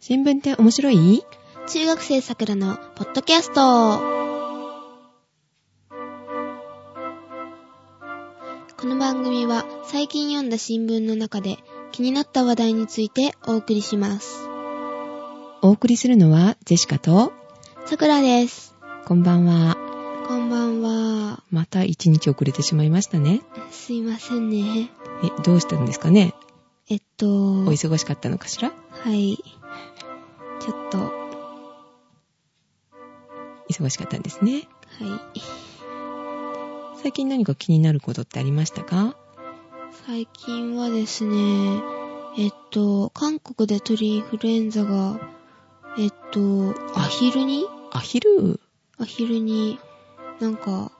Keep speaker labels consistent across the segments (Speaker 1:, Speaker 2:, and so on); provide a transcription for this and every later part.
Speaker 1: 新聞って面白い
Speaker 2: 中学生さくらのポッドキャスト。この番組は最近読んだ新聞の中で気になった話題についてお送りします。
Speaker 1: お送りするのはジェシカと、
Speaker 2: さくらです。
Speaker 1: こんばんは。
Speaker 2: こんばんは。
Speaker 1: また一日遅れてしまいましたね。
Speaker 2: すいませんね。
Speaker 1: え、どうしたんですかね
Speaker 2: えっと、
Speaker 1: お
Speaker 2: は
Speaker 1: 忙しかったのかしら
Speaker 2: い。ちょっと、は
Speaker 1: 忙しかったんですね。
Speaker 2: い。
Speaker 1: 最近何か気になることってありましたか
Speaker 2: 最近はですね、えっと、韓国で鳥インフルエンザが、えっと、アヒルに
Speaker 1: アヒル
Speaker 2: アヒルになんか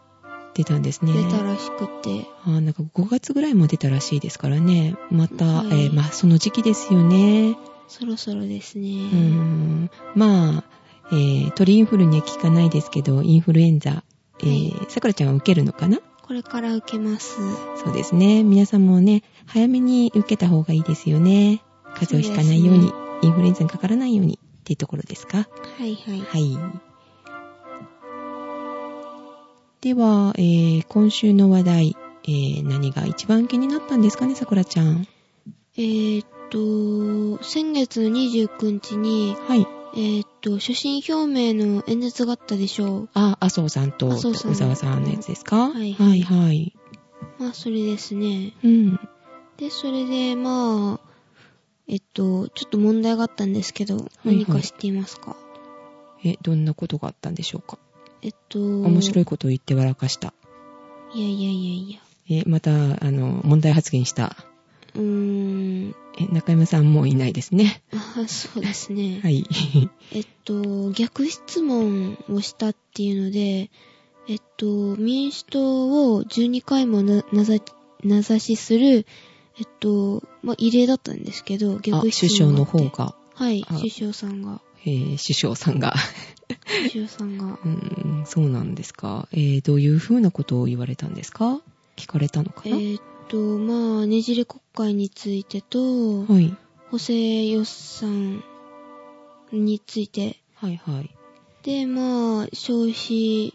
Speaker 1: 出たんですね。
Speaker 2: 出たらしくて、
Speaker 1: あーなんか5月ぐらいも出たらしいですからね。また、
Speaker 2: はい
Speaker 1: えーまあ、その時期ですよね。
Speaker 2: そろそろです
Speaker 1: う
Speaker 2: ね
Speaker 1: ー。ん。まあ、えー鳥インフルには効かないですけど、インフルエンザ、えー、さくらちゃんは受けるのかな
Speaker 2: これから受けます。
Speaker 1: そうですね。皆さんもね、早めに受けた方がいいですよね。風邪をひかないように、
Speaker 2: そう
Speaker 1: インフルエンザにかからないようにっていうところですか。
Speaker 2: はいはい。
Speaker 1: はい。では、えー今週の話題、えー何が一番気になったんですかね、さくらちゃん。
Speaker 2: えーっと、先月の29日に、
Speaker 1: はい。
Speaker 2: えーっと、所信表明の演説があったでしょう。
Speaker 1: あ、麻生さんと
Speaker 2: 麻
Speaker 1: 小
Speaker 2: 生さん
Speaker 1: 沢さんのやつですか、
Speaker 2: はい
Speaker 1: はいはい。
Speaker 2: まあ、それですね。
Speaker 1: うん。
Speaker 2: で、それで、まあ、えっと、ちょっと問題があったんですけど、
Speaker 1: いはい
Speaker 2: 何か知っていますか
Speaker 1: え、どんなことがあったんでしょうか
Speaker 2: えっと、
Speaker 1: 面白
Speaker 2: い。
Speaker 1: いことを言って笑かした。
Speaker 2: いやいやいやいや。
Speaker 1: え、また、あの、問題発言した。
Speaker 2: うーん、
Speaker 1: え、中山さんもういないですね。
Speaker 2: あそうで すね。
Speaker 1: はい。
Speaker 2: えっと、逆質問をしたっていうので、えっと、民主党を12回もな、なざ、なざしする、えっと、まあ、異例だったんですけど、
Speaker 1: あ
Speaker 2: 逆
Speaker 1: 首
Speaker 2: 質
Speaker 1: 相の
Speaker 2: 問があって。
Speaker 1: 方が、
Speaker 2: はい、
Speaker 1: あ
Speaker 2: 首相さんが。
Speaker 1: えー首相さんが。
Speaker 2: 首相さんが。
Speaker 1: うーん、そうなんですか。えーどういうふうなことを言われたんですか聞かれたの か
Speaker 2: え
Speaker 1: な、
Speaker 2: っと、まあ、ねじれ国会についてと、
Speaker 1: はい。
Speaker 2: 補正予算について、
Speaker 1: はいはい。
Speaker 2: で、まあ、消費、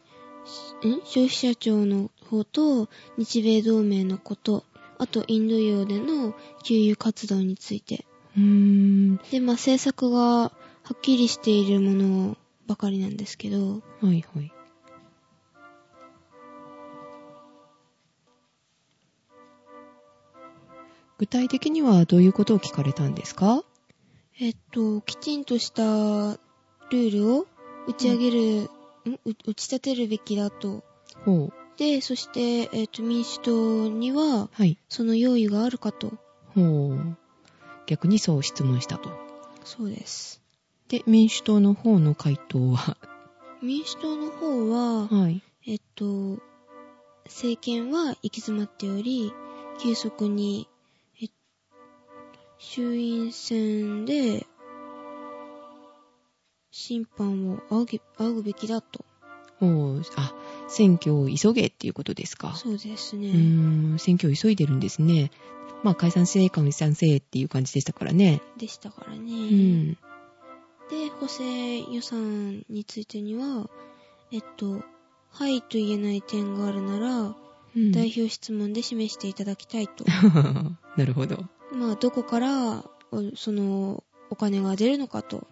Speaker 2: ん消費者庁の方と日米同盟のこと、あとインド洋での給油活動について。
Speaker 1: うーん、
Speaker 2: で、まあ政策がはっきりしているものばかりなんですけど、
Speaker 1: はいはい。具体的にはどういうことを聞かれたんですか
Speaker 2: えっと、きちんとしたルールを打ち上げる、んう打ち立てるべきだと。
Speaker 1: ほう。
Speaker 2: で、そして、えっと、民主党には、
Speaker 1: はい。
Speaker 2: その用意があるかと。
Speaker 1: ほう。逆にそう質問したと。
Speaker 2: そうです。
Speaker 1: で、民主党の方の回答は
Speaker 2: 民主党の方は、
Speaker 1: はい。
Speaker 2: えっと、政権は行き詰まっており、急速に、え衆院選で、審判を仰ぎ仰ぐべきだと。
Speaker 1: ほう。あ、選挙を急げっていうことですか。
Speaker 2: そうです
Speaker 1: う
Speaker 2: ね。
Speaker 1: ーん、選挙を急いでるんですね。まあ、解散せい、解散せいっていう感じでしたからね。
Speaker 2: でしたからね。
Speaker 1: うん。
Speaker 2: で、補正予算についてには、えっと、はいと言えない点があるなら、
Speaker 1: うん
Speaker 2: 代表質問で示していただきたい と。
Speaker 1: なるほど。は
Speaker 2: まあ、どこから、おその、お金が出るのかと。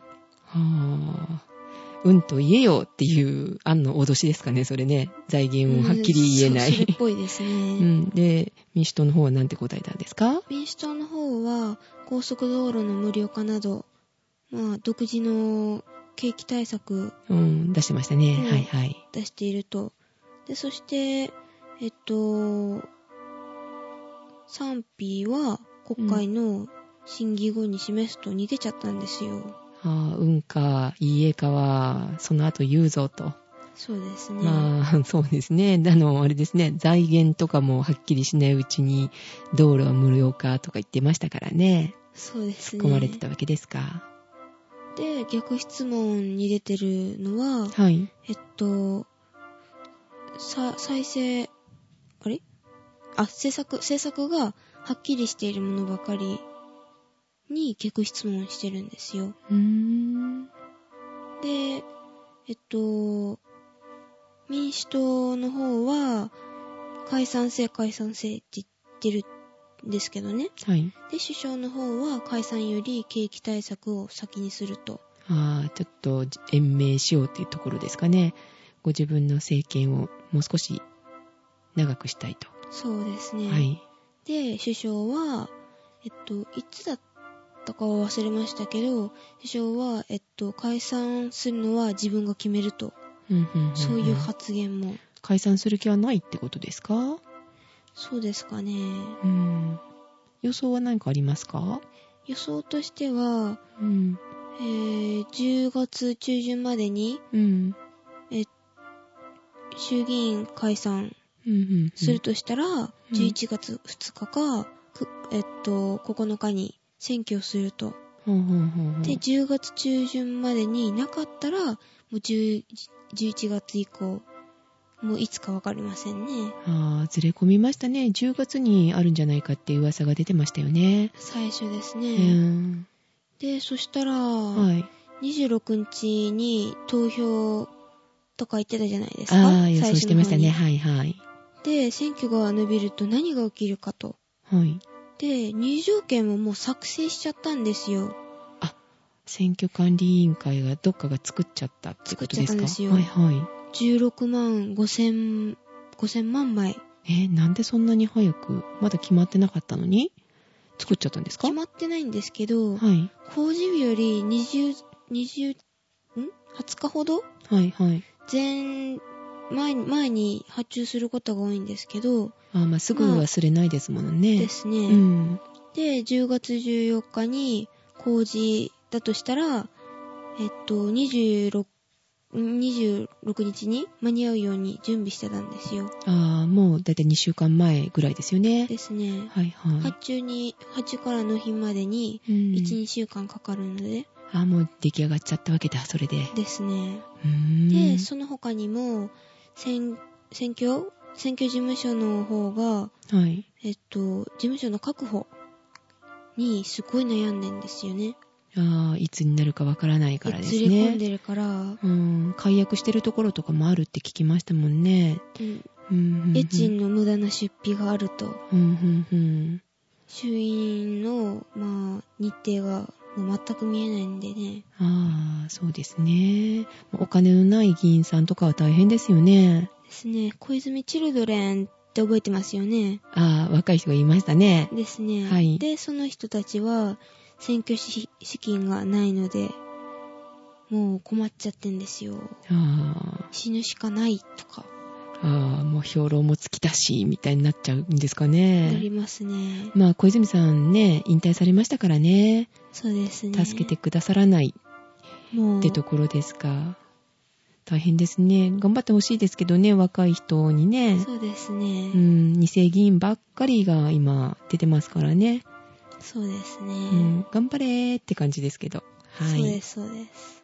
Speaker 1: あ。うんと言えよっていう案の脅しですかね、それね。財源をはっきり言えな
Speaker 2: うんそうそれっ
Speaker 1: い。
Speaker 2: ぽいです ね。
Speaker 1: うん。で、民主党の方はなんて答えたんですか
Speaker 2: 民主党の方は、高速道路の無料化など、まあ、独自の景気対策
Speaker 1: うん、出してましたね。
Speaker 2: うん
Speaker 1: はいはい。
Speaker 2: 出していると。で、そして、えっと、賛否は国会の審議後に示すと似てちゃったんですよ。
Speaker 1: ああ、うんか、いいえかは、その後言うぞと。
Speaker 2: そうですね。
Speaker 1: まあ、そうですね。あの、あれですね。財源とかもはっきりしないうちに、道路は無料化とか言ってましたからね。
Speaker 2: そうですね。
Speaker 1: 込まれてたわけですか。
Speaker 2: で、逆質問に出てるのは、
Speaker 1: はい。
Speaker 2: えっと、さ、再生、あれあ、政策、政策がはっきりしているものばかり。に逆質問してるんですよ。
Speaker 1: うーん。
Speaker 2: で、えっと、民主党の方は、解散せい解散せいって言ってるんですけどね。
Speaker 1: はい。
Speaker 2: で、首相の方は解散より景気対策を先にすると。
Speaker 1: ああ、ちょっと延命しようっていうところですかね。ご自分の政権をもう少し長くしたいと。
Speaker 2: そうですね。
Speaker 1: はい。
Speaker 2: で、首相は、えっと、いつだったかは忘れましたけど、首相は、えっと、解散するのは自分が決めると。
Speaker 1: うんうんんん
Speaker 2: そういう発言も。
Speaker 1: 解散する気はないってことですか
Speaker 2: そうですかね。
Speaker 1: うん。予想は何かありますか
Speaker 2: 予想としては、
Speaker 1: うん。
Speaker 2: えー、10月中旬までに
Speaker 1: うん。
Speaker 2: 衆議院解散
Speaker 1: うんうん。
Speaker 2: するとしたら、
Speaker 1: ん
Speaker 2: 11月2日か、くえっと、9日に選挙をすると。
Speaker 1: ほうほうほうほう。
Speaker 2: で、10月中旬までになかったら、もう10 11月以降、もういつかわかりませんね。
Speaker 1: ああ、ずれ込みましたね。10月にあるんじゃないかっていう噂が出てましたよね。
Speaker 2: 最初です
Speaker 1: う
Speaker 2: ね。
Speaker 1: ん。
Speaker 2: で、そしたら、
Speaker 1: はい。
Speaker 2: 26日に投票とか言ってたじゃないですか。
Speaker 1: ああ、予想してましたね。
Speaker 2: 最初の
Speaker 1: はいはい。
Speaker 2: 方に。で、選挙が伸びると何が起きるかと。
Speaker 1: はい。
Speaker 2: で、入場券ももう作成しちゃったんですよ。
Speaker 1: 選挙管理委員会がどっかが作っちゃったってことですか
Speaker 2: 作っちゃったんですよ
Speaker 1: はいは
Speaker 2: 16万5千、5千万枚。
Speaker 1: い。えーなんでそんなに早く、まだ決まってなかったのに、作っちゃったんですか
Speaker 2: 決まってないんですけど、
Speaker 1: はい。
Speaker 2: 公示日より20、20、ん ?20 日ほど
Speaker 1: はいはい。
Speaker 2: 前、前に、前に発注することが多いんですけど、
Speaker 1: あーまあ、すぐ忘れないですものね。
Speaker 2: ですね。
Speaker 1: うん。
Speaker 2: で、10月14日に公示だとしたら、えっと、26、26日に間に合うように準備してたんですよ。
Speaker 1: ああ、もうだいたい2週間前ぐらいですよね。
Speaker 2: ですね。
Speaker 1: はいはい。
Speaker 2: 発注に、発注から納品までに、
Speaker 1: うん
Speaker 2: 1、2週間かかるので、
Speaker 1: ああ、もう出来上がっちゃったわけだ、それで。
Speaker 2: ですね。
Speaker 1: うーん
Speaker 2: で、その他にも、選、選挙選挙事務所の方が、
Speaker 1: はい。
Speaker 2: えっと、事務所の確保にすごい悩んでんですよね。
Speaker 1: ああ、いつになるかわからないからですね。
Speaker 2: ずれ込んでるから、
Speaker 1: うん、解約してるところとかもあるって聞きましたもんね。
Speaker 2: うん
Speaker 1: うん、うん。
Speaker 2: 家賃の無駄な出費があると、
Speaker 1: うん、うん、うん。
Speaker 2: 衆院の、まあ、日程がもう全く見えないんでね。
Speaker 1: ああ、そうですね。お金のない議員さんとかは大変ですよね。
Speaker 2: ですね、小泉チルドレンって覚えてますよね。
Speaker 1: ああ、若い人が言いましたね。
Speaker 2: ですね。
Speaker 1: はい
Speaker 2: で、その人たちは、選挙資資金がないので、もう困っちゃってんですよ。
Speaker 1: あ
Speaker 2: 死ぬしかないとか、
Speaker 1: あ、ああ、もう兵糧も尽きたし、みたいになっちゃうんですか
Speaker 2: な
Speaker 1: ね。
Speaker 2: りますね。
Speaker 1: まあ、小泉さんね、引退されましたからね、
Speaker 2: そうですね。
Speaker 1: 助けてくださらない
Speaker 2: もう
Speaker 1: ってところですか。大変ですね。頑張ってほしいですけどね、若い人にね。
Speaker 2: そうです
Speaker 1: う
Speaker 2: ね。
Speaker 1: ん、二世議員ばっかりが今出てますからね。
Speaker 2: そうですね。
Speaker 1: うん、頑張れーって感じですけど。は
Speaker 2: そうで
Speaker 1: い。
Speaker 2: す、そうです。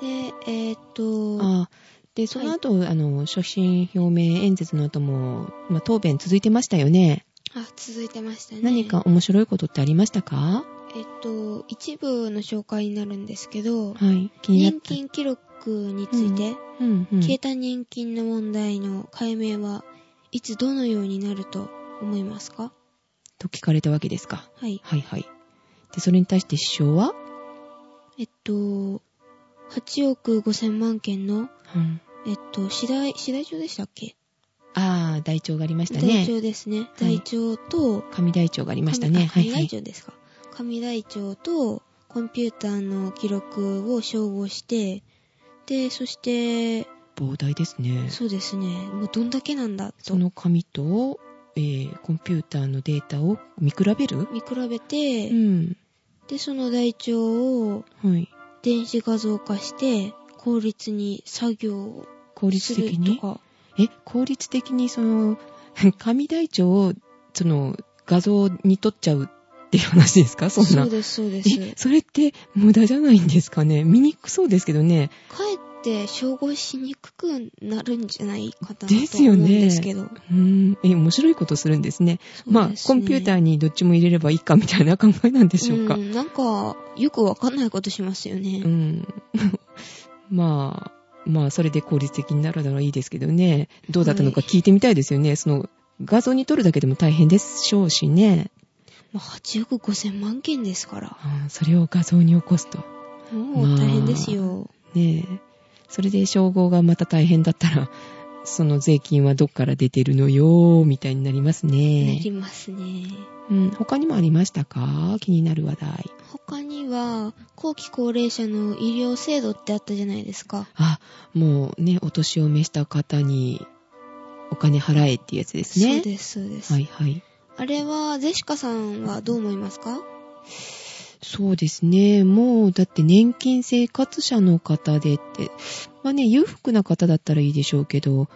Speaker 2: で、えーっと、
Speaker 1: あで、その後、あの、所信表明演説の後も、まあ、答弁続いてましたよね。
Speaker 2: あ、続いてましたね。
Speaker 1: 何か面白いことってありましたか
Speaker 2: えーっと、一部の紹介になるんですけど、
Speaker 1: はい。気にな
Speaker 2: 年
Speaker 1: った。
Speaker 2: 金記録について、
Speaker 1: うん、うん。
Speaker 2: 消えた年金の問題の解明はいつどのようになると思いますか
Speaker 1: と聞かれたわけですか。
Speaker 2: はい。
Speaker 1: はいはい。で、それに対して首相は、
Speaker 2: えっと、8億5千万件の、
Speaker 1: うん、
Speaker 2: えっと、次第、次第帳でしたっけ
Speaker 1: ああ、台帳がありました
Speaker 2: 台
Speaker 1: ね。
Speaker 2: 帳ですね。台帳と、
Speaker 1: 紙台帳がありましたね。は
Speaker 2: 紙
Speaker 1: い
Speaker 2: あ紙
Speaker 1: は
Speaker 2: 台
Speaker 1: い。
Speaker 2: 帳ですか。紙台帳と、コンピューターの記録を照合して、で、そして、
Speaker 1: 膨大ですね。
Speaker 2: そうですね、もうどんだけなんだと
Speaker 1: その紙と、えーコンピューターのデータを見比べる
Speaker 2: 見比べて、
Speaker 1: うん。
Speaker 2: で、その台帳を
Speaker 1: はい。
Speaker 2: 電子画像化して、効率に作業を
Speaker 1: 効率
Speaker 2: する
Speaker 1: 的
Speaker 2: と
Speaker 1: に
Speaker 2: か、
Speaker 1: え、効率的にその、 紙台帳を、その、画像に撮っちゃうっていう話ですかそんな。
Speaker 2: そうです、そうです。
Speaker 1: え、それって無駄じゃないんですかね見にくそうですけどね。
Speaker 2: かえっって照合しにくくなるんじゃないかなと
Speaker 1: です
Speaker 2: 思
Speaker 1: よ
Speaker 2: うん
Speaker 1: ね
Speaker 2: ですけど。
Speaker 1: うん。え、面白いことするんですね。まあ、コンピューター
Speaker 2: ー
Speaker 1: にどっちも入れればいいかみたいな考えなんで
Speaker 2: で
Speaker 1: しょうか。
Speaker 2: ん、なんか、よくわかんないことしますよね。
Speaker 1: うん。 まあ、まあ、それで効率的になるならいいですけどね。どうだったのか聞いてみたいですよね。その、画像に撮るだけでも大変でしょうしね。
Speaker 2: まあ、8億5千万件ですから。
Speaker 1: あーそれを画像に起こすと。
Speaker 2: も
Speaker 1: まあ
Speaker 2: う大変ですよ。
Speaker 1: ねえ。それで称号がまた大変だったら、その税金はどっから出てるのよ、みたいになります
Speaker 2: なり
Speaker 1: ね。
Speaker 2: ますね。
Speaker 1: うん。他にもありましたか気になる話題。
Speaker 2: 他には、後期高齢者の医療制度ってあったじゃないですか。
Speaker 1: あ、もうね、お年を召した方にお金払えっていうやつですね。
Speaker 2: そうです、そうです。
Speaker 1: はいはい。
Speaker 2: あれは、ゼシカさんはどう思いますか
Speaker 1: そうですね。もう、だって年金生活者の方でって、まあね、裕福な方だったらいいでしょうけど、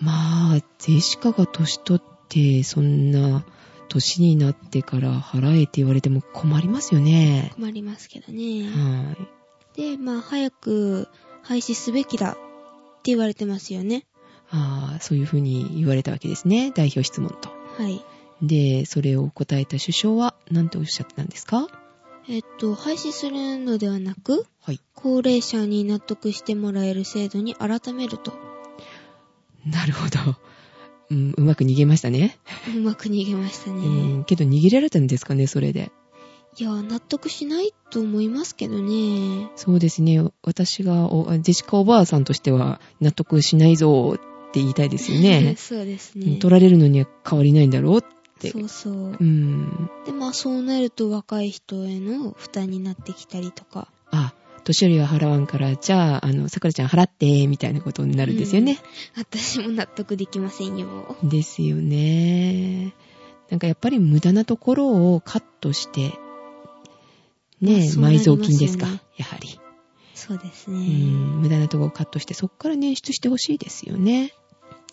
Speaker 1: まあ、ゼシカが年取って、そんな、年になってから払えって言われても困りますよね。
Speaker 2: 困りますけどね。
Speaker 1: は
Speaker 2: で、まあ、早く廃止すべきだって言われてますよね。
Speaker 1: い。ああ、そういうふうに言われたわけですね。代表質問と。
Speaker 2: はい。
Speaker 1: で、それを答えた首相は、なんておっしゃってたんですか
Speaker 2: えっと、廃止するのではなく、
Speaker 1: はい。
Speaker 2: 高齢者に納得してもらえる制度に改めると。
Speaker 1: なるほど。うん、うまく逃げましたね。
Speaker 2: うまく逃げましたね。
Speaker 1: うん、けど逃げられたんですかね、それで。
Speaker 2: いや、納得しないと思いますけどね。
Speaker 1: そうですね。私がお、ジェシカおばあさんとしては、納得しないぞって言いたいですよね。
Speaker 2: そうですね。
Speaker 1: 取られるのには変わりないんだろうって。
Speaker 2: そうそう
Speaker 1: う。ん。
Speaker 2: で、まあそうなると若い人への負担になってきたりとか。
Speaker 1: あ、年寄りは払わんから、じゃあ、あの、桜ちゃん払って、みたいなことになるんですよね。
Speaker 2: 私も納得できませんよ。
Speaker 1: ですよね。なんかやっぱり無駄なところをカットして、ねえ、埋蔵
Speaker 2: まあそうなりますよね
Speaker 1: 金ですか、やはり。
Speaker 2: そうです
Speaker 1: う
Speaker 2: ね。
Speaker 1: ん、無駄なところをカットして、そこから捻出してほしいですよね。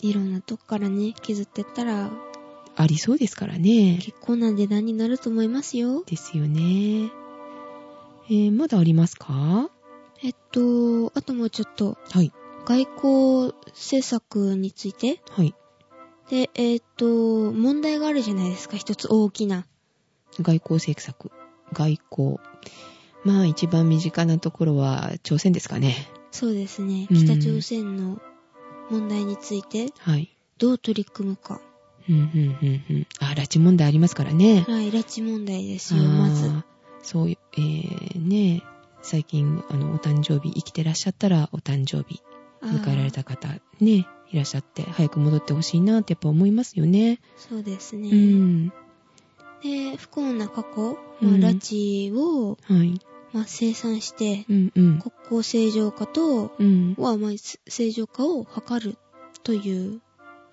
Speaker 2: いろんなとこからね、削ってったら
Speaker 1: ありそうですからね。
Speaker 2: 結構な値段になると思いますよ。
Speaker 1: ですよね。えーまだありますか
Speaker 2: えっと、あともうちょっと、
Speaker 1: はい。
Speaker 2: 外交政策について。
Speaker 1: はい。
Speaker 2: で、えっと、問題があるじゃないですか、一つ大きな。
Speaker 1: 外交政策。外交。まあ、一番身近なところは朝鮮ですかね。
Speaker 2: そうですね、
Speaker 1: うん
Speaker 2: 北朝鮮の問題について、
Speaker 1: はい。
Speaker 2: どう取り組むか。
Speaker 1: うん、うん、うん、うん。あ、拉致問題ありますからね。
Speaker 2: はい、拉致問題です
Speaker 1: あ
Speaker 2: よ、
Speaker 1: ー
Speaker 2: まず。
Speaker 1: そういう、えー、ね最近、あの、お誕生日、生きてらっしゃったら、お誕生日、
Speaker 2: あー
Speaker 1: 迎えられた方、ね、いらっしゃって、早く戻ってほしいなってやっぱ思いますよね。
Speaker 2: そうです
Speaker 1: う
Speaker 2: ね。
Speaker 1: ん。
Speaker 2: で、不幸な過去、
Speaker 1: う
Speaker 2: まあ
Speaker 1: ん
Speaker 2: 拉致を、
Speaker 1: はい。
Speaker 2: まあ、生産して、
Speaker 1: うん、うん。
Speaker 2: 国交正常化と、
Speaker 1: うん。
Speaker 2: は、まあ、正常化を図るという、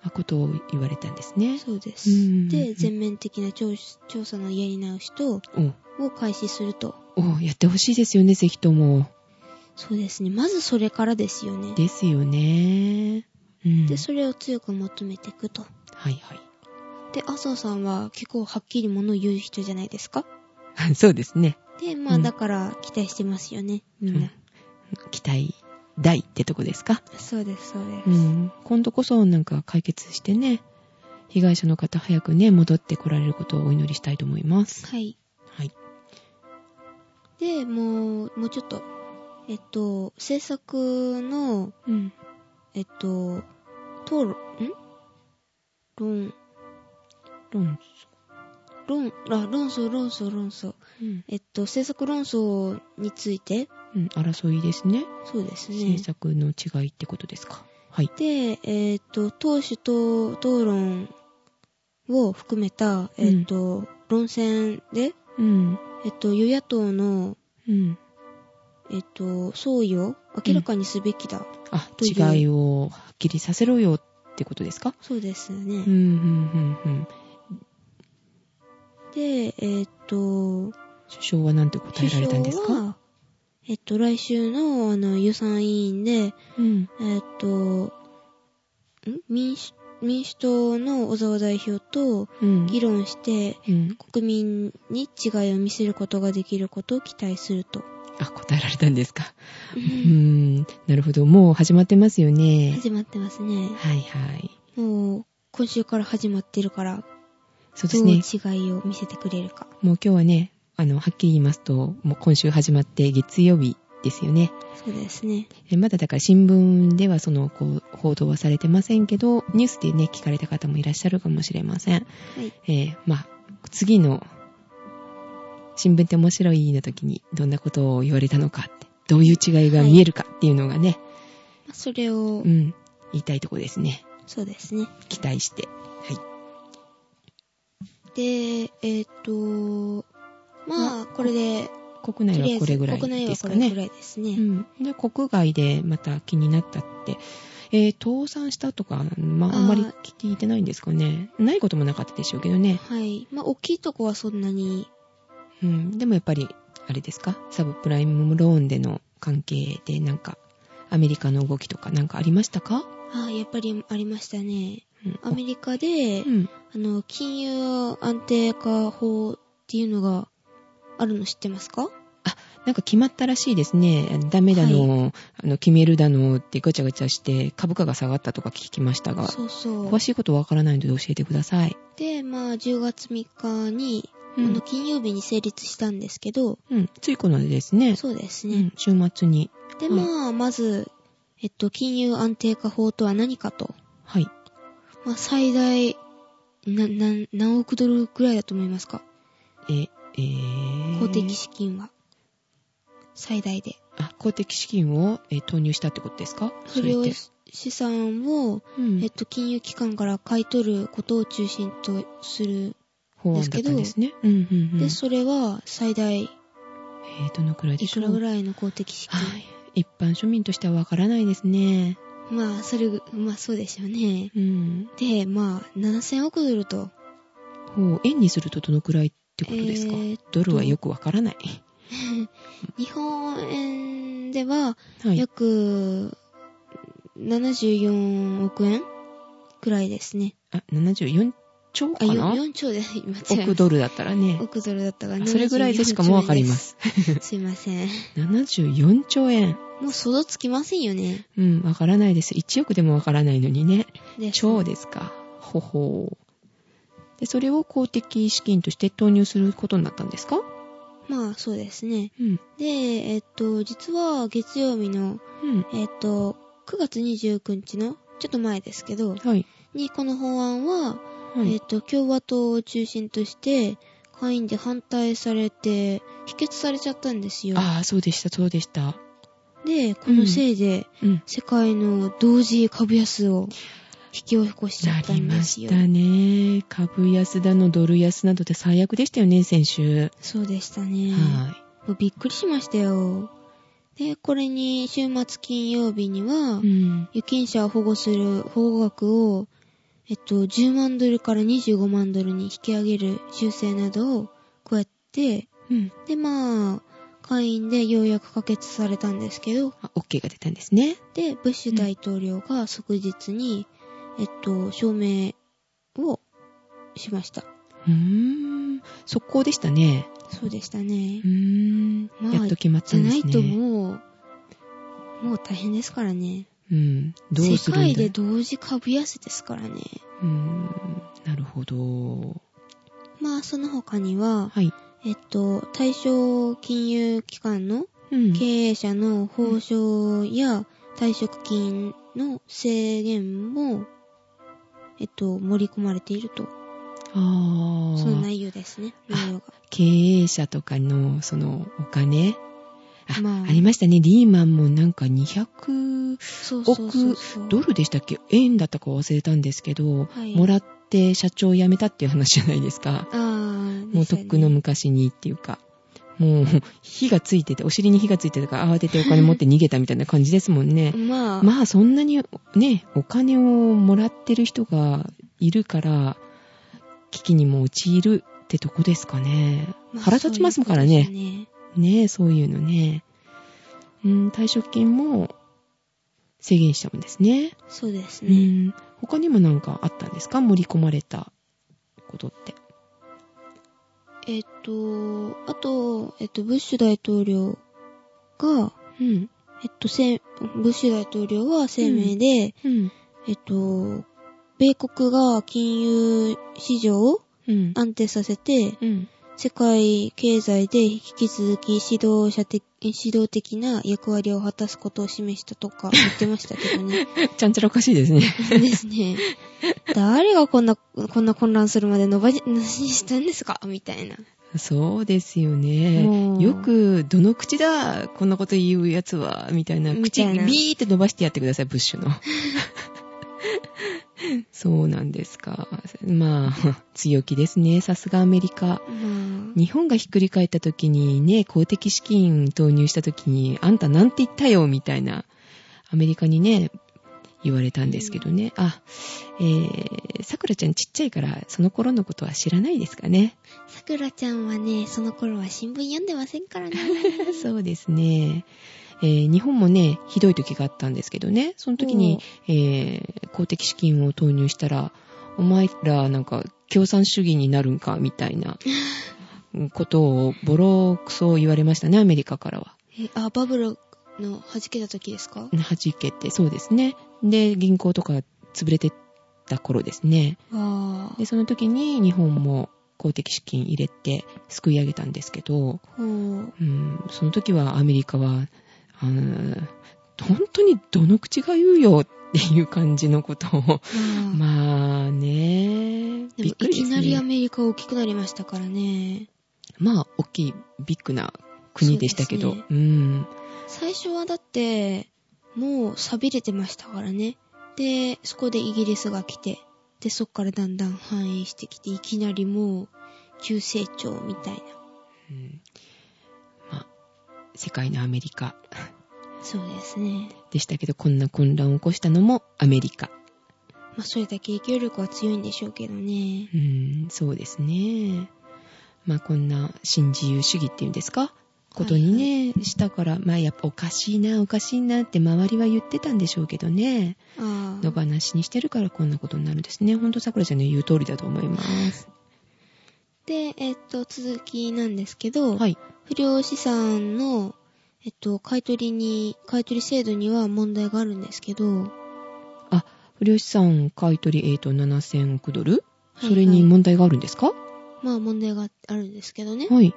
Speaker 1: あことを言われたんですね。
Speaker 2: そうです。
Speaker 1: うん
Speaker 2: で、全面的な調調査のやり直しと、
Speaker 1: お
Speaker 2: を開始すると。
Speaker 1: おやってほしいですよね、ぜひとも。
Speaker 2: そうですね。まずそれからですよね。
Speaker 1: ですよね。うん。
Speaker 2: で、それを強く求めていくと。
Speaker 1: はいはい。
Speaker 2: で、麻生さんは結構はっきりものを言う人じゃないですか。
Speaker 1: そうですね。
Speaker 2: で、ま
Speaker 1: う
Speaker 2: あ、
Speaker 1: ん
Speaker 2: だから期待してますよね、み
Speaker 1: うん
Speaker 2: な。
Speaker 1: 期待大ってとこですか。
Speaker 2: そうです、そうです。
Speaker 1: うん。今度こそなんか解決してね、被害者の方早くね、戻ってこられることをお祈りしたいと思います。
Speaker 2: はい。
Speaker 1: はい。
Speaker 2: で、もう、もうちょっと、えっと、制作の、
Speaker 1: うん。
Speaker 2: えっと、討論、ん論、
Speaker 1: 論
Speaker 2: 論、あ、論争、論争、論争。
Speaker 1: うん。
Speaker 2: えっと、制作論争について、
Speaker 1: うん。争いですね。
Speaker 2: そうですね
Speaker 1: 政。策の違いってことですか。はい。
Speaker 2: で、えっと、党首と討論を含めた、
Speaker 1: うん
Speaker 2: えっと、論戦で、
Speaker 1: うん。
Speaker 2: えっと、与野党の、
Speaker 1: うん。
Speaker 2: えっと、相違を明らかにすべきだ。
Speaker 1: あ、
Speaker 2: という
Speaker 1: 違いをはっきりさせろよってことですか
Speaker 2: そうですね。
Speaker 1: うん、うん、うん、うん。
Speaker 2: で、えっと、
Speaker 1: 首相はなんて答え
Speaker 2: 首
Speaker 1: られたんです
Speaker 2: 相
Speaker 1: か
Speaker 2: は、えっと、来週の、あの、予算委員で、
Speaker 1: うん。
Speaker 2: えっと、ん民主、民主党の小沢代表と
Speaker 1: うん。
Speaker 2: 議論して、
Speaker 1: うん。
Speaker 2: 国民に違いを見せることができることを期待すると。
Speaker 1: あ、答えられたんですか。
Speaker 2: う
Speaker 1: うんん、なるほど。もう始まってますよね。
Speaker 2: 始まってますね。
Speaker 1: はいはい。
Speaker 2: もう、今週から始まってるから、
Speaker 1: そうで
Speaker 2: ど
Speaker 1: す
Speaker 2: う
Speaker 1: ね。
Speaker 2: 違いを見せてくれるか。
Speaker 1: もう今日はね、あの、はっきり言いますと、もう今週始まって月曜日ですよね。
Speaker 2: そうですね。
Speaker 1: えまだだから新聞ではその、こう、報道はされてませんけど、ニュースでね、聞かれた方もいらっしゃるかもしれません。
Speaker 2: はい。
Speaker 1: えーまあ、次の、新聞って面白いの時に、どんなことを言われたのかって、どういう違いが見えるかっていうのがね、
Speaker 2: まあそれを、
Speaker 1: うん、言いたいとこですね。
Speaker 2: そうですね。
Speaker 1: 期待して。はい。
Speaker 2: で、えっ、と、まあ、これで、
Speaker 1: 国内
Speaker 2: とりあえ
Speaker 1: は
Speaker 2: ず
Speaker 1: これぐら
Speaker 2: 国内
Speaker 1: い
Speaker 2: は
Speaker 1: です
Speaker 2: こ
Speaker 1: か
Speaker 2: れ
Speaker 1: ね
Speaker 2: ぐ。らいですね。
Speaker 1: うん、で国外でまた気になったって、えー倒産したとか、まあ、
Speaker 2: あー
Speaker 1: あんまり聞いてないんですかねないこともなかったでしょうけどね、
Speaker 2: はい。まあ、大きいとこはそんなに、
Speaker 1: うん、でもやっぱりあれですかサブプライムローンでの関係でなんかアメリカの動きとかなんかありましたか、
Speaker 2: ああ、やっぱりありましたね。
Speaker 1: うん、
Speaker 2: アメリカで、
Speaker 1: うん、
Speaker 2: あの、金融安定化法っていうのがあるの知ってますか
Speaker 1: なんか決まったらしいですねダメだの,、あの決めるだのってごちゃごちゃして株価が下がったとか聞きましたが
Speaker 2: そうそう
Speaker 1: 詳。しいことわからないので教えてください、
Speaker 2: で、まあ、10月3日に、
Speaker 1: うん
Speaker 2: あの、金曜日に成立したんですけど、
Speaker 1: うん、ついこの間ですね
Speaker 2: そうです
Speaker 1: う
Speaker 2: ね
Speaker 1: ん。、週末に
Speaker 2: で、
Speaker 1: うん
Speaker 2: まあ、まず、えっと、金融安定化法とは何かと。
Speaker 1: はい
Speaker 2: まあ、最大、な、な、何億ドルくらいだと思いますか
Speaker 1: え、えー、
Speaker 2: 公的資金は。最大で。
Speaker 1: あ、公的資金を、えー投入したってことですか
Speaker 2: それを
Speaker 1: って、
Speaker 2: 資産を、
Speaker 1: うん
Speaker 2: えっと、金融機関から買い取ることを中心とする。
Speaker 1: 法案だったんですね。うんうんうん。
Speaker 2: で、それは最大
Speaker 1: えー、どのくらいで
Speaker 2: い
Speaker 1: し
Speaker 2: く
Speaker 1: ょう
Speaker 2: らぐらいの公的資金、
Speaker 1: はい。一般庶民としてはわからないですね。
Speaker 2: まあ、それぐ、まあそうでしょうね。
Speaker 1: うん。
Speaker 2: で、まあ、7000億ドルと。
Speaker 1: ほう、円にするとどのくらいってことですか、
Speaker 2: えーっと
Speaker 1: ドルはよくわからない。
Speaker 2: 日本円では、
Speaker 1: はい。
Speaker 2: 約74億円くらいですね。
Speaker 1: あ、74兆
Speaker 2: あ、
Speaker 1: かな
Speaker 2: 4, 兆で、今違
Speaker 1: 億
Speaker 2: いま
Speaker 1: ドルだったら
Speaker 2: す。
Speaker 1: ね。
Speaker 2: 億ドルだったが、
Speaker 1: あそれぐらいでしかもうわかりま
Speaker 2: 74
Speaker 1: す。
Speaker 2: 兆円です。すいません。
Speaker 1: 74兆 円。
Speaker 2: もう想像つきませんよね。
Speaker 1: うん、わからないです。1億でもわからないのにね。
Speaker 2: で
Speaker 1: 腸ですか。ほほう。で、それを公的資金として投入することになったんですか
Speaker 2: まあ、そうですね。
Speaker 1: うん。
Speaker 2: で、えっと、実は月曜日の、
Speaker 1: うん。
Speaker 2: えっと、9月29日の、ちょっと前ですけど、
Speaker 1: はい。
Speaker 2: に、この法案は、
Speaker 1: は
Speaker 2: えっ
Speaker 1: い。
Speaker 2: と、共和党を中心として、下院で反対されて、否決されちゃったんですよ。
Speaker 1: ああ、そうでした、そうでした。
Speaker 2: で、このせいで、
Speaker 1: うん。
Speaker 2: 世界の同時株安を引き起こしちゃ
Speaker 1: な
Speaker 2: った
Speaker 1: り
Speaker 2: んで
Speaker 1: ますし
Speaker 2: よ
Speaker 1: た。ね。株安だの、ドル安などで最悪でしたよね、先週。
Speaker 2: そうでしたね。
Speaker 1: は
Speaker 2: もうびっくりしましたよ。で、これに週末金曜日には、
Speaker 1: い。うん。
Speaker 2: 預金者を保護する保護額を、えっと、10万ドルから25万ドルに引き上げる修正などを加えて、
Speaker 1: うん。
Speaker 2: で、まあ、会員でようやく可決されたんですけど、
Speaker 1: あ、OK が出たんですね。
Speaker 2: で、ブッシュ大統領が即日に、えっと、証明をしました。
Speaker 1: うーん。速攻でしたね。
Speaker 2: そうでした
Speaker 1: う
Speaker 2: ね。
Speaker 1: ーん。
Speaker 2: まあ
Speaker 1: やっと決まった
Speaker 2: じゃ
Speaker 1: んで
Speaker 2: な
Speaker 1: すね。
Speaker 2: いともう、もう大変ですからね。
Speaker 1: うん。どうす
Speaker 2: 世
Speaker 1: るんだ
Speaker 2: 界で同時株安ですからね。
Speaker 1: うん。なるほど。
Speaker 2: まあ、その他には、
Speaker 1: はい。
Speaker 2: えっと、対象金融機関の
Speaker 1: うん。
Speaker 2: 経営者の報奨や退職金の制限も、えっと、盛り込まれていると。
Speaker 1: ああ。
Speaker 2: その内容ですね。
Speaker 1: あ
Speaker 2: 内容が。
Speaker 1: 経営者とかの、その、お金。あ、
Speaker 2: まあ
Speaker 1: あ、りましたね。リーマンもなんか200
Speaker 2: そうそうそうそう。
Speaker 1: ドルでしたっけ円だったか忘れたんですけど、
Speaker 2: はい
Speaker 1: もらって社長辞めたっていう話じゃないですか。
Speaker 2: あー、
Speaker 1: もうとっくの
Speaker 2: で
Speaker 1: 昔にっていうか。もう、火がついてて、お尻に火がついてたから慌ててお金持って逃げたみたいな感じですもんね
Speaker 2: す。よねまあ、
Speaker 1: まあそんなにね、お金をもらってる人がいるから、危機にも陥るってとこですかね。
Speaker 2: まあ
Speaker 1: 腹立ちますから
Speaker 2: そういう
Speaker 1: ね
Speaker 2: こ。とですね
Speaker 1: ねえ、そういうのね。うん、退職金も制限しちゃうんですね。
Speaker 2: そうです
Speaker 1: う
Speaker 2: ね。
Speaker 1: ん。他にもなんかあったんですか盛り込まれたことって。
Speaker 2: えっと、あと、えっと、ブッシュ大統領が、
Speaker 1: うん。
Speaker 2: えっと、せんブッシュ大統領は声明で、
Speaker 1: うん。
Speaker 2: えっと、米国が金融市場を
Speaker 1: うん。
Speaker 2: 安定させて、
Speaker 1: うん。
Speaker 2: 世界経済で引き続き指導者的、指導的な役割を果たすことを示したと か言ってましたけどね。
Speaker 1: ちゃんちゃらおかしいですね。
Speaker 2: ですね。誰がこんな、こんな混乱するまで伸ばし、何したんですかみたいな。
Speaker 1: そうですよね。
Speaker 2: もう
Speaker 1: よ、く、どの口だ、こんなこと言うやつは、みたいな、
Speaker 2: み
Speaker 1: 口
Speaker 2: たいな
Speaker 1: ビーって伸ばしてやってください、ブッシュの。そうなんですか。まあ、強気ですね。さすがアメリカ。
Speaker 2: まあ、
Speaker 1: 日本がひっくり返った時にね、公的資金投入した時に、あんたなんて言ったよ、みたいな、アメリカにね、言われたんですけどね。あ、えー、さくらちゃんちっちゃいから、その頃のことは知らないですかね。
Speaker 2: さくらちゃんはね、その頃は新聞読んでませんからね。
Speaker 1: そうですね。えー日本もね、ひどい時があったんですけどね、その時に、えー公的資金を投入したら、お前らなんか共産主義になるんか、みたいなことをボロクソ言われましたね、アメリカからは。
Speaker 2: えあ、バブルの弾けた時ですか
Speaker 1: 弾けて、そうですね。で、銀行とか潰れてった頃ですね。
Speaker 2: あ
Speaker 1: で、その時に日本も公的資金入れて救い上げたんですけど、
Speaker 2: あ、ほう。
Speaker 1: うん、その時はアメリカは、あー本当にどの口が言うよっていう感じのこと を、
Speaker 2: まあ
Speaker 1: まあね、
Speaker 2: でも
Speaker 1: びっく
Speaker 2: い
Speaker 1: り
Speaker 2: き
Speaker 1: です
Speaker 2: なりア
Speaker 1: ね。
Speaker 2: メリカ大きくなりましたからね。
Speaker 1: まあ、大きい、ビッグな国でしたけど、
Speaker 2: そうです
Speaker 1: うん。
Speaker 2: 最初はだって、もう錆びれてましたからね。で、そこでイギリスが来て、で、そっからだんだん繁栄してきて、いきなりもう、急成長みたいな。
Speaker 1: うんまあ、世界のアメリカ。
Speaker 2: そうですね。
Speaker 1: でしたけど、こんな混乱を起こしたのもアメリカ。
Speaker 2: まあ、それだけ影響力は強いんでしょうけどね。
Speaker 1: うん、そうですね。まあ、こんな新自由主義っていうんですかことにね、したから、まあ、やっぱおかしいな、おかしいなって周りは言ってたんでしょうけどね。
Speaker 2: あ
Speaker 1: 野
Speaker 2: あ。
Speaker 1: 放しにしてるからこんなことになるんですね。ほんと、桜ちゃんの言う通りだと思います。
Speaker 2: で、えっと、続きなんですけど、
Speaker 1: はい。
Speaker 2: 不良資産の、えっと、買い取りに、買い取り制度には問題があるんですけど、
Speaker 1: あ、不良資産買い取り、えーと、7000億ドル
Speaker 2: はい
Speaker 1: それに問題があるんですか
Speaker 2: まあ問題があるんですけどね。
Speaker 1: はい。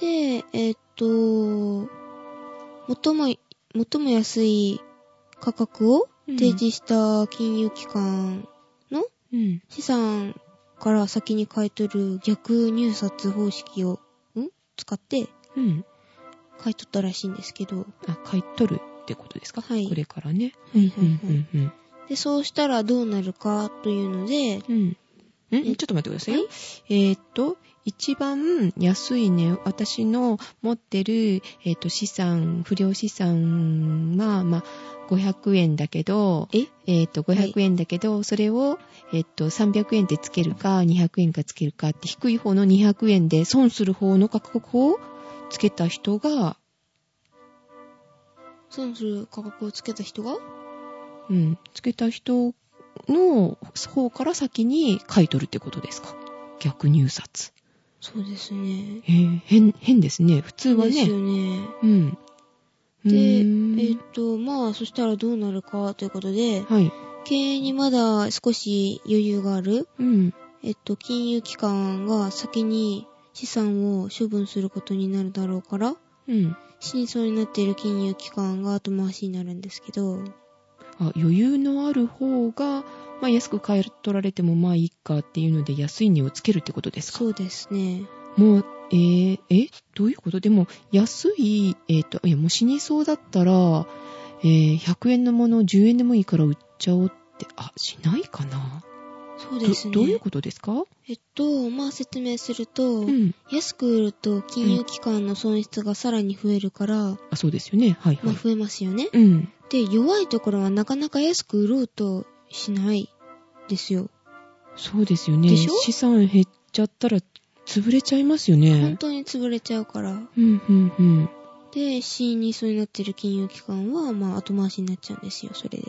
Speaker 2: で、えっと、最も、最も安い価格を
Speaker 1: うん
Speaker 2: 提示した金融機関の
Speaker 1: うん。
Speaker 2: 資産から先に買い取る逆入札方式を、ん使って
Speaker 1: うん。
Speaker 2: 買い取ったらしいんですけど。
Speaker 1: あ、買い取るってことですか
Speaker 2: はい
Speaker 1: これからね。
Speaker 2: はいは
Speaker 1: う
Speaker 2: い
Speaker 1: ん、う
Speaker 2: はい
Speaker 1: ん、うん。
Speaker 2: で、そうしたらどうなるかというので、
Speaker 1: うん。んちょっと待ってくださいよ。えーっと、一番安いね、私の持ってる、えーっと、資産、不良資産は、まあ、500円だけど、
Speaker 2: え
Speaker 1: えーっと、500円だけど、それを、えーっと、300円でつけるか、200円かつけるかって、低い方の200円で損する方の価格をつけた人が、
Speaker 2: 損する価格をつけた人が
Speaker 1: うん、つけた人の方から先に買い取るってことですか。逆入札。
Speaker 2: そうですね。
Speaker 1: へえ変、変ですね。普通は
Speaker 2: ですよ
Speaker 1: ね。
Speaker 2: ね。
Speaker 1: うん。う
Speaker 2: で、え
Speaker 1: ーん
Speaker 2: っと、まあ、そしたらどうなるかということで、
Speaker 1: はい。
Speaker 2: 経営にまだ少し余裕がある、
Speaker 1: うん。
Speaker 2: えっと、金融機関が先に資産を処分することになるだろうから、
Speaker 1: うん。
Speaker 2: 死にそうになっている金融機関が後回しになるんですけど、
Speaker 1: あ、余裕のある方が、まあ、安く買い取られてもまあいいかっていうので、安い値をつけるってことですか
Speaker 2: そうですね。
Speaker 1: もう、えーえ、どういうことでも、安い、えっ、と、いや、もう死にそうだったら、えー100円のものを10円でもいいから売っちゃおうって、あ、しないかな
Speaker 2: そう
Speaker 1: ど
Speaker 2: ですね。
Speaker 1: どういうことですか
Speaker 2: えっと、まあ説明すると、
Speaker 1: うん。
Speaker 2: 安く売ると金融機関の損失がさらに増えるから、
Speaker 1: あ、そうですよね。はいは
Speaker 2: まあ
Speaker 1: い。
Speaker 2: 増えますよね。
Speaker 1: うん。
Speaker 2: で、弱いところはなかなか安く売ろうとしないですよ。
Speaker 1: そうですよね。
Speaker 2: でしょ
Speaker 1: 資産減っちゃったら潰れちゃいますよ
Speaker 2: 本
Speaker 1: ね。
Speaker 2: 当に潰れちゃうから。
Speaker 1: うん、うん、うん。
Speaker 2: で、死にそうになってる金融機関は、まあ、後回しになっちゃうんですよ、それで。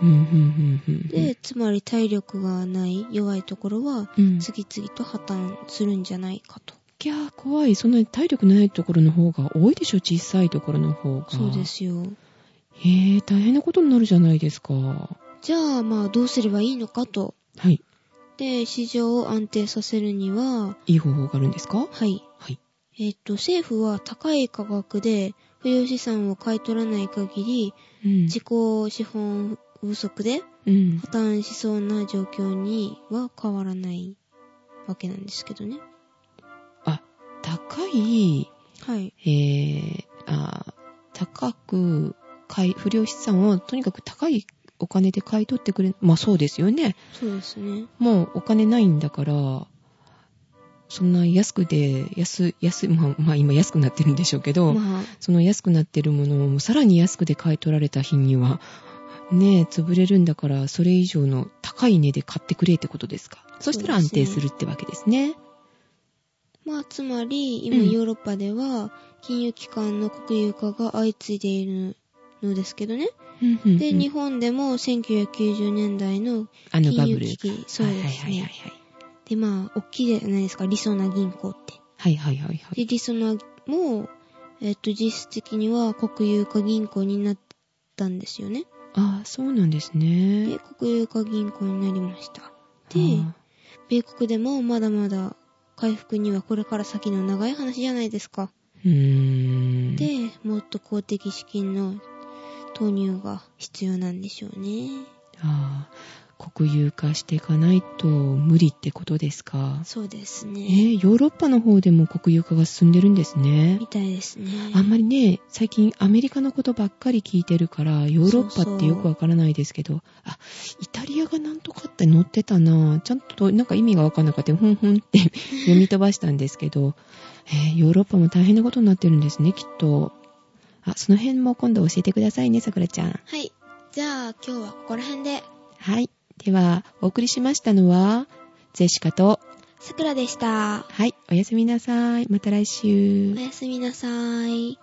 Speaker 1: うん、うん、うん、うん。
Speaker 2: で、、つまり体力がない弱いところは、
Speaker 1: うん、
Speaker 2: 次々と破綻するんじゃないかと。
Speaker 1: きゃ怖い。そんなに体力ないところの方が多いでしょ、小さいところの方が。
Speaker 2: そうで。すよ。
Speaker 1: へえ、大変なことになるじゃないですか。は
Speaker 2: じゃあ、まあ、どうすればいいのかと。
Speaker 1: い。
Speaker 2: で、市場を安定させるには、
Speaker 1: いい方法があるんですか
Speaker 2: はい。
Speaker 1: はい。
Speaker 2: えっ、と、政府は高い価格で、不良資産を買い取らない限り、
Speaker 1: うん
Speaker 2: 自己資本不足で
Speaker 1: うん
Speaker 2: 破。綻しそうな状況には変わらないわけなんですけどね。
Speaker 1: あ、高い、
Speaker 2: はい。
Speaker 1: えー、あ、高く買い、不良資産をとにかく高いお金で買い取ってくれ、まあそうですよね。
Speaker 2: そうですね。
Speaker 1: もうお金ないんだから、そんな安くで、安、安、まあ、まあ今安くなってるんでしょうけど、
Speaker 2: まあ、
Speaker 1: その安くなってるものをさらに安くで買い取られた日には、ねえ、潰れるんだから、それ以上の高い値で買ってくれってことですか。そしたら安定するってわけですね。
Speaker 2: まあ、つまり、今
Speaker 1: うん
Speaker 2: ヨーロッパでは、金融機関の国有化が相次いでいるのですけどね。で、日
Speaker 1: 本
Speaker 2: 本でも1990年代の
Speaker 1: あの
Speaker 2: 金
Speaker 1: バ
Speaker 2: 融
Speaker 1: ブル。
Speaker 2: 危機、そう
Speaker 1: はい
Speaker 2: です
Speaker 1: はいはい
Speaker 2: ね。で、まあ、大きいじゃないですか、理想な銀行って。
Speaker 1: はい。はいはいはいはい。
Speaker 2: で、理想なもう、えっと、実質的には国有化銀行になったんですよね。
Speaker 1: ああ、そうなんです
Speaker 2: で
Speaker 1: ね。、
Speaker 2: 国有化銀行になりました。で、
Speaker 1: あ
Speaker 2: 米国でもまだまだ回復にはこれから先の長い話じゃないですか。
Speaker 1: あうーん。
Speaker 2: で、もっと公的資金の投入が必要なんでしょうね。
Speaker 1: ああ、国有化していかないと無理ってことですか。
Speaker 2: そうです
Speaker 1: え
Speaker 2: ね。
Speaker 1: ー、ヨーロッパの方でも国有化が進んでるんですね
Speaker 2: み。たいですね。
Speaker 1: あんまりね、最近アメリカのことばっかり聞いてるから、ヨーロッパってよくわからないですけど、あ、イタリアがなんとかって載ってたなちゃんとなんか意味がわかんなかったふんふんって読み飛ばしたんですけど、えーヨーロッパも大変なことになってるんですね、きっと。あ、その辺も今度教えてくださいね、さくらちゃん。
Speaker 2: はい。じゃあ、今日はここら辺で、
Speaker 1: はい。では、お送りしましたのは、ゼシカと、
Speaker 2: さくらでした。
Speaker 1: はい、おやすみなさい。また来週。
Speaker 2: おやすみなさい。